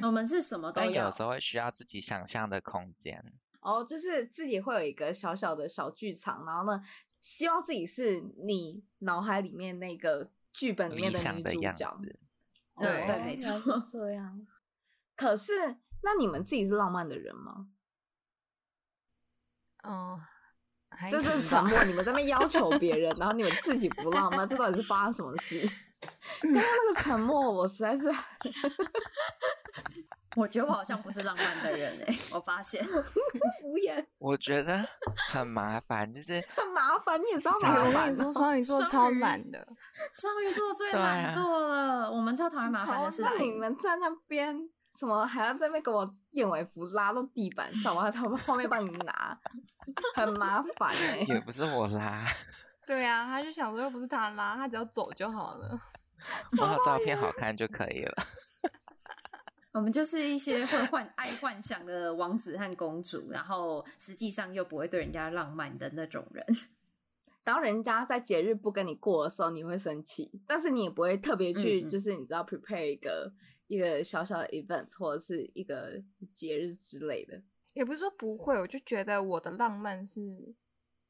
S4: 我们是什么都
S3: 但有
S4: 有，
S3: 时候会需要自己想象的空间。
S1: 哦，就是自己会有一个小小的小剧场，然后呢，希望自己是你脑海里面那个剧本里面
S3: 理想
S1: 女
S3: 的
S1: 主
S3: 样
S1: 角。
S3: 子
S4: 对
S1: 哦
S4: 对没
S1: 原来
S4: 错
S1: 是这样。 可是，那你们自己是浪漫的人吗？
S2: 嗯，还
S1: 这是
S2: 行
S1: 沉
S2: 吧
S1: 默，你们在那边要求别人，然后你们自己不浪漫，这到底是发生什么事？ 刚刚那个沉默，我实在是
S4: 我觉得我好像不是浪漫的人哎、 我发现。
S1: 无言，
S3: 我觉得很麻烦， 就是
S1: 很麻烦，你也知道
S3: 傻
S1: 麻
S2: 我跟
S1: 烦
S2: 你说，双鱼座
S4: 双
S2: 超
S4: 鱼
S2: 懒的，
S4: 双鱼座最
S3: 对
S4: 懒
S3: 啊
S4: 惰了，我们超讨厌麻烦的事
S1: 哦那你
S4: 情。
S1: 们在那边什么还要在那边给我燕尾服拉到地板上，我还在后面帮你拿， 很麻 烦哎、
S3: 也不是我 啦，
S2: 对啊，他就想说又不是他拉，他只要走就好了。
S3: 我好照片好看就可以了。
S4: 我们就是一些会幻爱幻想的王子和公主，然后实际上又不会对人家浪漫的那种人。
S1: 然后人家在节日不跟你过的时候，你会生气，但是你也不会特别去，
S4: 嗯嗯
S1: 就是你知道 prepare 一个一个小小的 event 或者是一个节日之类的。
S2: 也不是说不会，我就觉得我的浪漫是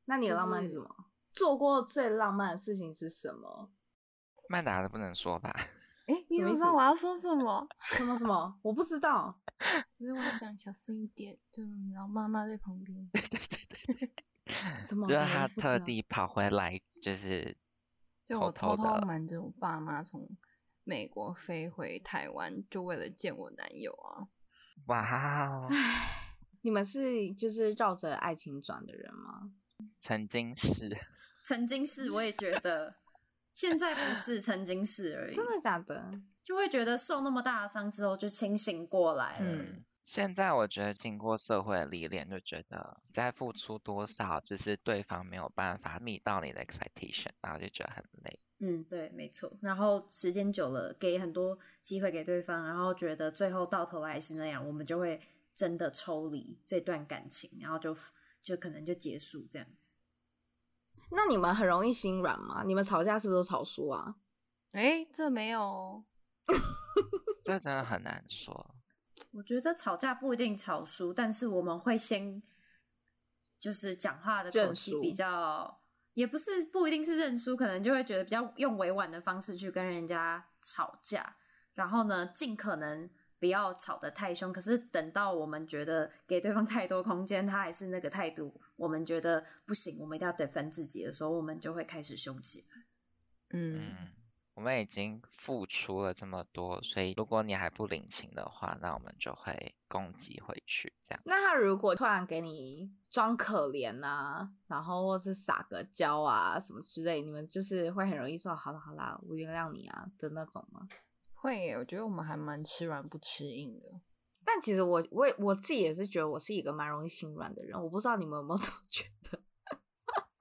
S1: 那你的
S2: 就
S1: 浪漫是
S2: 是
S1: 什么？做过最浪漫的事情是什么？
S3: 曼达的不能说吧？
S2: 哎、你
S1: 什
S2: 怎
S1: 么意
S2: 么知道
S1: 思
S2: 我要说什么？
S1: 什么什么？我不知道。
S2: 可是我要讲小声一点，就然后妈妈在旁 边。
S1: 什么？
S3: 就
S1: 什么
S3: 是
S1: 不
S3: 他
S1: 啊知道
S3: 特地跑回来，就是
S2: 就我偷
S3: 偷
S2: 偷
S3: 的，
S2: 瞒着我爸妈从美国飞回台湾，就为了见我男友啊。
S3: 哇哦，
S1: 你们是就是绕着爱情转的人吗？
S3: 曾经是。
S4: 曾经是，我也觉得，现在不是，曾经是 而已。
S1: 真的假的？
S4: 就会觉得受那么大的伤之后就清醒过来了。
S2: 嗯
S3: 嗯，现在我觉得经过社会的历练，就觉得在付出多少，就是对方没有办法 meet 到你的 expectation，然后就觉得很累。
S4: 嗯，对，没错。然后时间久了，给很多机会给对方，然后觉得最后到头来是那样，我们就会真的抽离这段感情，然后就就可能就结束这样子。
S1: 那你们很容易心软吗？你们吵架是不是都吵输啊？
S2: 哎、这没有哦，
S3: 这真的很难说。
S4: 我觉得吵架不一定吵输，但是我们会先就是讲话的口
S1: 认
S4: 气
S1: 输
S4: 比较，也不是不一定是认输，可能就会觉得比较用委婉的方式去跟人家吵架，然后呢，尽可能不要吵得太凶。可是等到我们觉得给对方太多空间，他还是那个态度，我们觉得不行，我们一定要 defend 自己的时候，我们就会开始凶起来。
S2: 嗯，
S3: 嗯，我们已经付出了这么多，所以如果你还不领情的话，那我们就会攻击回去。这样，
S1: 那他如果突然给你装可怜啊，然后或是撒个娇啊什么之类，你们就是会很容易说好啦好啦，我原谅你啊的那种吗？
S2: 会耶，我觉得我们还蛮吃软不吃硬的。
S1: 但其实我我也我自己也是觉得我是一个蛮容易心软的人，我不知道你们有没有这么觉得。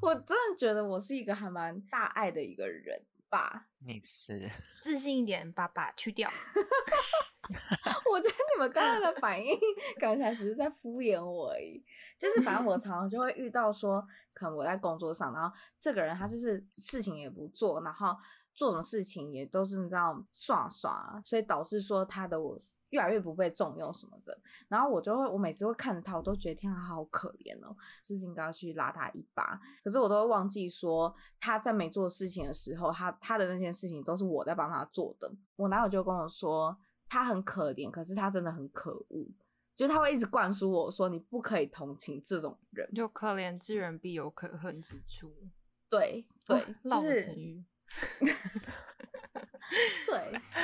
S1: 我真的觉得我是一个还蛮大爱的一个人吧。
S3: 你是
S2: 自信一点，把把去掉。
S1: 我觉得你们刚刚的反应感觉起来只是在敷衍我而已。就是反正我常常就会遇到说，可能我在工作上，然后这个人他就是事情也不做，然后做什么事情也都是你知道耍耍，啊所以导致说他的我越来越不被重用什么的。然后我就会，我每次会看着他，我都觉得天啊，好可怜哦，是不是应该要去拉他一把？可是我都会忘记说，他在没做事情的时候，他他的那件事情都是我在帮他做的。我男友就跟我说，他很可怜，可是他真的很可恶，就是他会一直灌输我说，你不可以同情这种人。
S2: 就可怜之人必有可恨之处。
S1: 对
S2: 哦
S1: 对，就
S2: 老
S1: 是
S2: 成语。
S1: 对，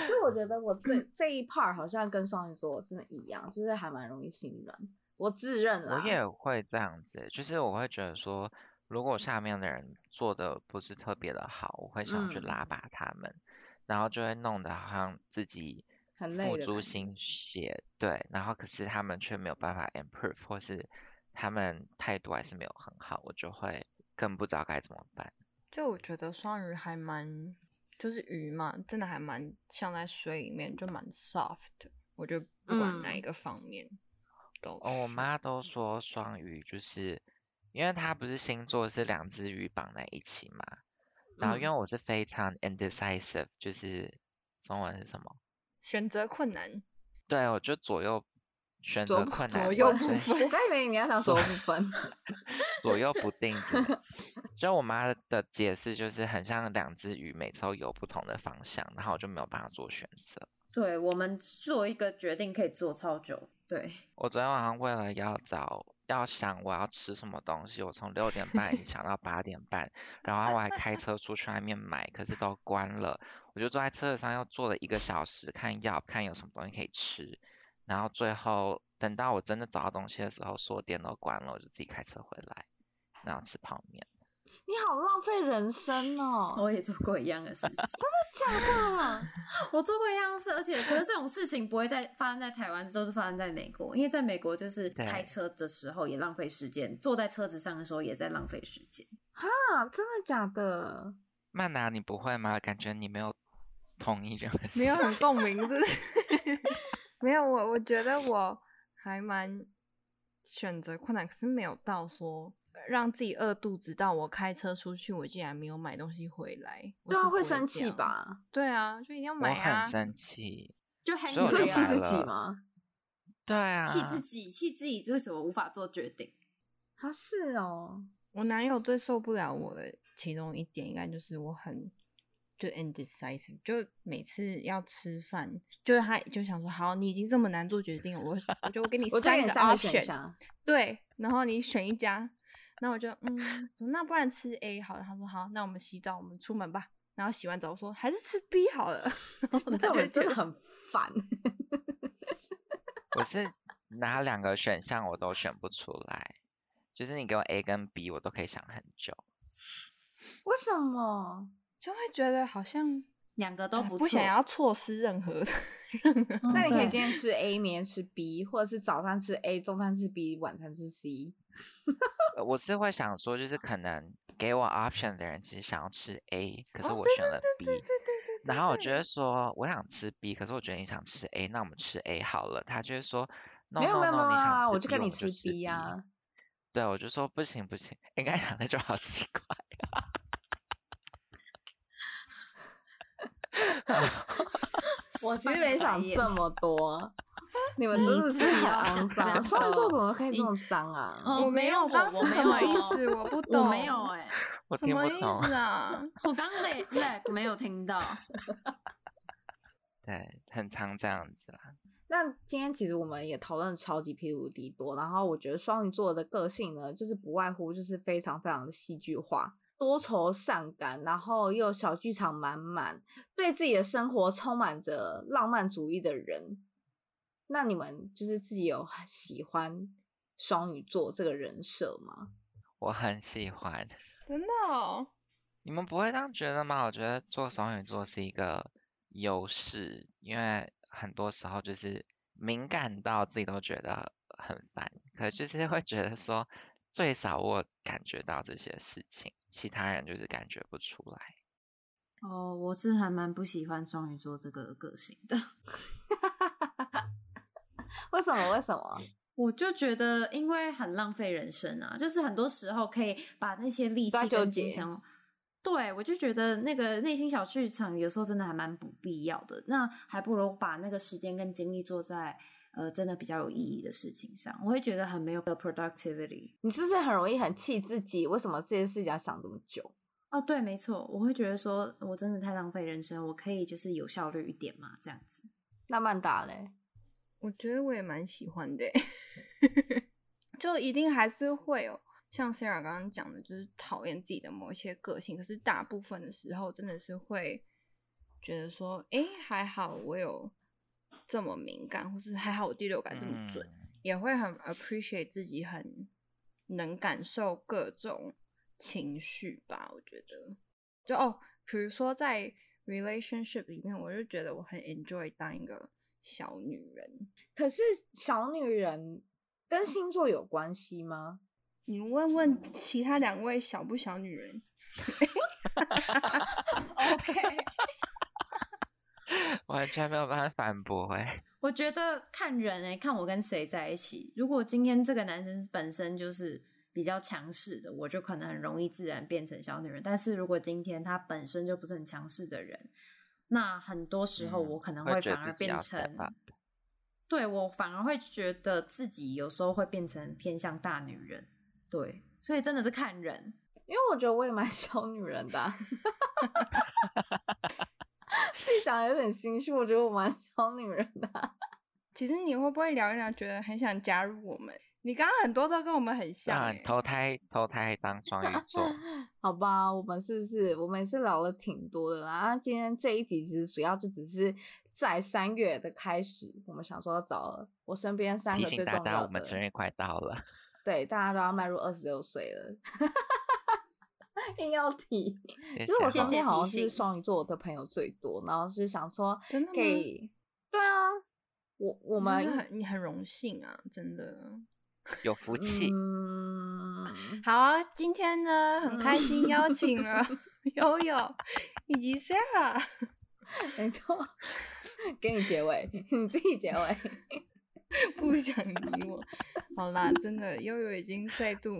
S1: 所以我觉得我 这这一 part 好像跟双鱼座真的一样，就是还蛮容易心软。我自认
S3: 我
S1: 啦，
S3: 也会这样子，就是我会觉得说，如果下面的人做的不是特别的好，我会想去
S1: 嗯
S3: 拉拔他们，然后就会弄得好像自己
S1: 很累
S3: 付
S1: 的
S3: 诸
S1: 感
S3: 心血，对，然后可是他们却没有办法 improve，或是他们态度还是没有很好，我就会更不知道该怎么办。
S2: 就我觉得双鱼还蛮，就是鱼嘛，真的还蛮像在水里面，就蛮 soft 的。我觉得不管哪一
S1: 嗯
S2: 个方面都
S3: 哦，我
S2: 是
S3: 妈都说双鱼就是，因为她不是星座是两只鱼绑在一起嘛，
S1: 嗯
S3: 然后因为我是非常 indecisive，就是中文是什么？
S2: 选择困 难，
S3: 对，我就左右选
S1: 左
S3: 择
S1: 不
S3: 困
S1: 左
S3: 难
S1: 右
S3: 嘛
S1: 不
S3: 对
S1: 分。我刚以为你要讲左右不 分，
S3: 左右不定之类 就我妈的解释就是很像两只鱼，每次都游不同的方向，然后我就没有办法做选择。
S4: 对我们做一个决定可以做超久，对，
S3: 我昨天晚上为了要找要想我要吃什么东西，我从六点半一直想到八点半，然后我还开车出去外面买，可是都关了，我就坐在车子上又坐了一个小时，看要看有什么东西可以吃，然后最后等到我真的找到东西的时候，所有店都关了，我就自己开车回来，然后吃泡面。
S1: 你好浪费人生哦！
S4: 我也做过一样的事情。
S1: 真的啊假的？
S4: 我做过一样事，而且可是这种事情不会在发生在台湾，都是发生在美国，因为在美国就是
S3: 对
S4: 开车的时候也浪费时间，坐在车子上的时候也在浪费时间。
S1: 啊，真的假的？
S3: 曼达，你不会吗？感觉你没有同意任何事。
S2: 没有很共鸣，是不 是没有我，我觉得我还蛮选择困难，可是没有到说让自己饿肚子到我开车出去，我竟然没有买东西回来，我
S1: 对啊，
S2: 是不
S1: 会生
S2: 这
S1: 气
S2: 样？
S1: 吧？
S2: 对啊，就一定要
S3: 我
S2: 买啊
S3: 很！生气。
S4: 就很
S3: 所
S1: 你
S3: 以我
S1: 说
S3: 就
S1: 气
S3: 买
S1: 自
S3: 了
S1: 己吗？
S3: 对啊，
S4: 气自己，气自己为什么无法做决定？
S1: 啊，是哦，
S2: 我男友最受不了我的其中一点，应该就是我很就 indecisive，就每次要吃饭，就是他就想说，好，你已经这么难做决定了，我我就给你
S1: 我就给
S2: 三
S1: 你
S2: 个
S1: 三个选
S2: option，
S1: 项，
S2: 对，然后你选一家，那我就嗯，说那不然吃 A 好了。他说好，那我们洗澡，我们出门吧。然后洗完澡，我说还是吃 B 好了。 然后
S1: 你这
S2: 他就
S1: 种
S2: 会觉
S1: 真的
S2: 得
S1: 很烦。
S3: 我是哪两个选项我都选不出来，就是你给我 A 跟 B，我都可以想很久。
S1: 为什么？
S2: 就会觉得好像
S4: 两个都
S2: 呃
S4: 不
S2: 不想
S4: 错
S2: 要错失任何的 任何。
S1: 那你可以
S4: 对
S1: 今天吃 A，明天吃 B，或者是早餐吃 A，中餐吃 B，晚餐吃 C。
S3: 呃我是会想说，就是可能给我 option 的人其实想要吃 A，可是
S2: 哦
S3: 我
S2: 对
S3: 选了 B，
S2: 对对对对。
S3: 然后我觉得说我想吃 B，可是我觉得你想吃 A，那我们吃 A 好了。他就会说 No
S1: 没有
S3: No
S1: 没有没
S3: No，
S1: 有
S3: 你想
S1: 啊，
S3: 吃
S1: 我就
S3: B，
S1: 跟你
S3: 们
S1: 吃
S3: B
S1: B 啊呀、
S3: 对，我就说不行不行，应该讲那就好奇怪。
S4: 我
S1: 其实没想这
S4: 正。
S1: 么 多，你啊们真的是很肮
S4: 你
S1: 脏。
S4: 自己
S1: 双鱼座怎么可以
S4: 你
S1: 这么脏啊？
S4: 哦
S2: 我
S4: 我
S2: 没
S4: 没
S2: 有，
S4: 有
S2: 我刚刚
S4: 我
S2: 是
S4: 没
S2: 什么
S4: 有
S2: 意思？我不
S4: 我
S2: 懂，
S4: 没有哎、
S3: 我
S2: 什
S3: 听
S2: 么
S3: 不
S2: 意
S3: 懂。
S2: 思啊？
S4: 我刚 lag lag 没有听到。
S3: 对，很常这样子啦。
S1: 那今天其实我们也讨论超级霹雳无敌多，然后我觉得双鱼座的个性呢，就是不外乎就是非常非常的戏剧化，多愁善感，然后又小剧场满满，对自己的生活充满着浪漫主义的人。那你们就是自己有喜欢双鱼座这个人设吗？
S3: 我很喜欢，
S2: 真的哦，
S3: 你们不会这样觉得吗？我觉得做双鱼座是一个优势，因为很多时候就是敏感到自己都觉得很烦，可是就是会觉得说，最少我感觉到这些事情，其他人就是感觉不出来。
S4: 哦，我是还蛮不喜欢双鱼座这个个性的。
S1: 为什么？为什么？
S4: 我就觉得，因为很浪费人生啊，就是很多时候可以把那些力
S1: 都在
S4: 气
S1: 纠
S4: 跟
S1: 结
S4: 金钱，对我就觉得那个内心小剧场有时候真的还蛮不必要的。那还不如把那个时间跟精力做在呃真的比较有意义的事情上，我会觉得很没有 productivity。
S1: 你是不是很容易很气自己？为什么这件事情要想这么久？
S4: 哦，对，没错，我会觉得说我真的太浪费人生，我可以就是有效率一点嘛，这样子。
S1: 那曼达嘞？
S2: 我觉得我也蛮喜欢的欸， 就一定还是会有像 Sarah 刚刚讲的，就是讨厌自己的某一些个性，可是大部分的时候真的是会觉得说，诶，还好我有这么敏感，或是还好我第六
S1: 啊
S2: 感这么准，
S3: 嗯
S2: 也会很 appreciate 自己很能感受各种情绪吧。我觉得，就哦，比如说在 relationship 里面，我就觉得我很 enjoy 当一个小女人。
S1: 可是小女人跟星座有关系吗？
S2: 你问问其他两位小不小女人？
S4: OK，
S3: 完全没有办法反驳哎、
S4: 我觉得看人诶、看我跟谁在一起。如果今天这个男生本身就是比较强势的，我就可能很容易自然变成小女人。但是如果今天他本身就不是很强势的人，那很多时候
S3: 嗯
S4: 我可能
S3: 会觉
S4: 反
S3: 得
S4: 而
S3: 自己要
S4: 变
S3: step
S4: 成
S3: up，
S4: 对我反而会觉得自己有时候会变成偏向大女人。对，所以真的是看人。
S1: 因为我觉得我也蛮 小女人的啊、 自己讲得有点心虚，我觉得我蛮 小女人的啊、
S2: 其实你会不会聊一聊，觉得很想加入我们？你刚刚很多都跟我们很像、
S3: 让
S2: 欸
S3: 你，投胎投胎当双鱼座，
S1: 好吧，我们是不是我们也是聊了挺多的啦？那今天这一集其实主要就只是在三月的开始，我们想说要找我身边 三个
S3: 提
S1: 最
S3: 醒
S1: 重
S3: 大
S1: 要的，
S3: 家我们生日快到了。
S1: 对，大家都要迈入二十六岁了， 硬要提。其
S3: 谢
S1: 实我
S3: 谢
S1: 身
S3: 哈
S1: 边好像
S4: 谢谢
S1: 是
S4: 提醒嗯
S1: 双鱼座的朋友最多，然后是想说
S2: 真的吗
S1: 可以，对啊，我我
S2: 我
S1: 们
S2: 很你很荣幸啊，真的。
S3: 有福气。
S1: 嗯，
S2: 好啊，今嗯 天呢很开心邀请了悠悠以及 Sarah，
S1: 没错， 给你结尾， 你自己结尾。
S2: 不想理我。好啦，真的，悠悠已经再度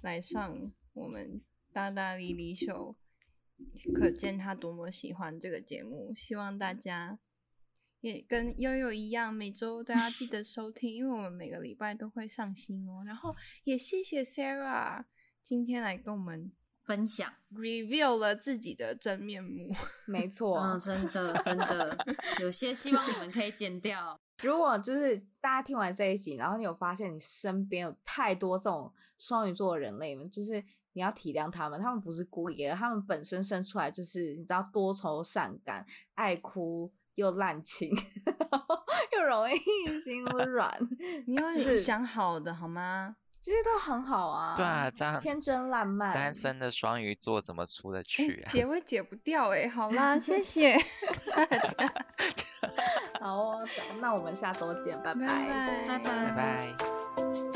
S2: 来上我们大大哩哩秀，可见他多么喜欢这个节目。希望大家也跟悠悠一样，每周都要记得收听，因为我们每个礼拜都会上新哦。然后也谢谢 Sarah 今天来跟我们
S4: 分享，
S2: reveal 了自己的真面目。
S1: 没错，
S4: 嗯，真的真 的，有些希望你们可以剪掉。
S1: 如果就是大家听完这一集，然后你有发现你身边有太多这种双鱼座的人类们，就是你要体谅他们，他们不是故意的，他们本身生出来就是你知道多愁善感、爱哭又滥情， 又容易 心软，
S2: 你有
S1: 就是
S2: 讲好的好吗？
S1: 这些都很好啊。
S3: 对啊，这样
S1: 天真烂漫，
S3: 单身的双鱼座怎么出得
S2: 哎、
S3: 去啊？
S2: 解尾解不掉哎、好啦，谢谢大家，
S1: 好哦，那我们下周见，拜
S2: 拜
S1: 拜。
S4: 拜拜
S3: 拜拜。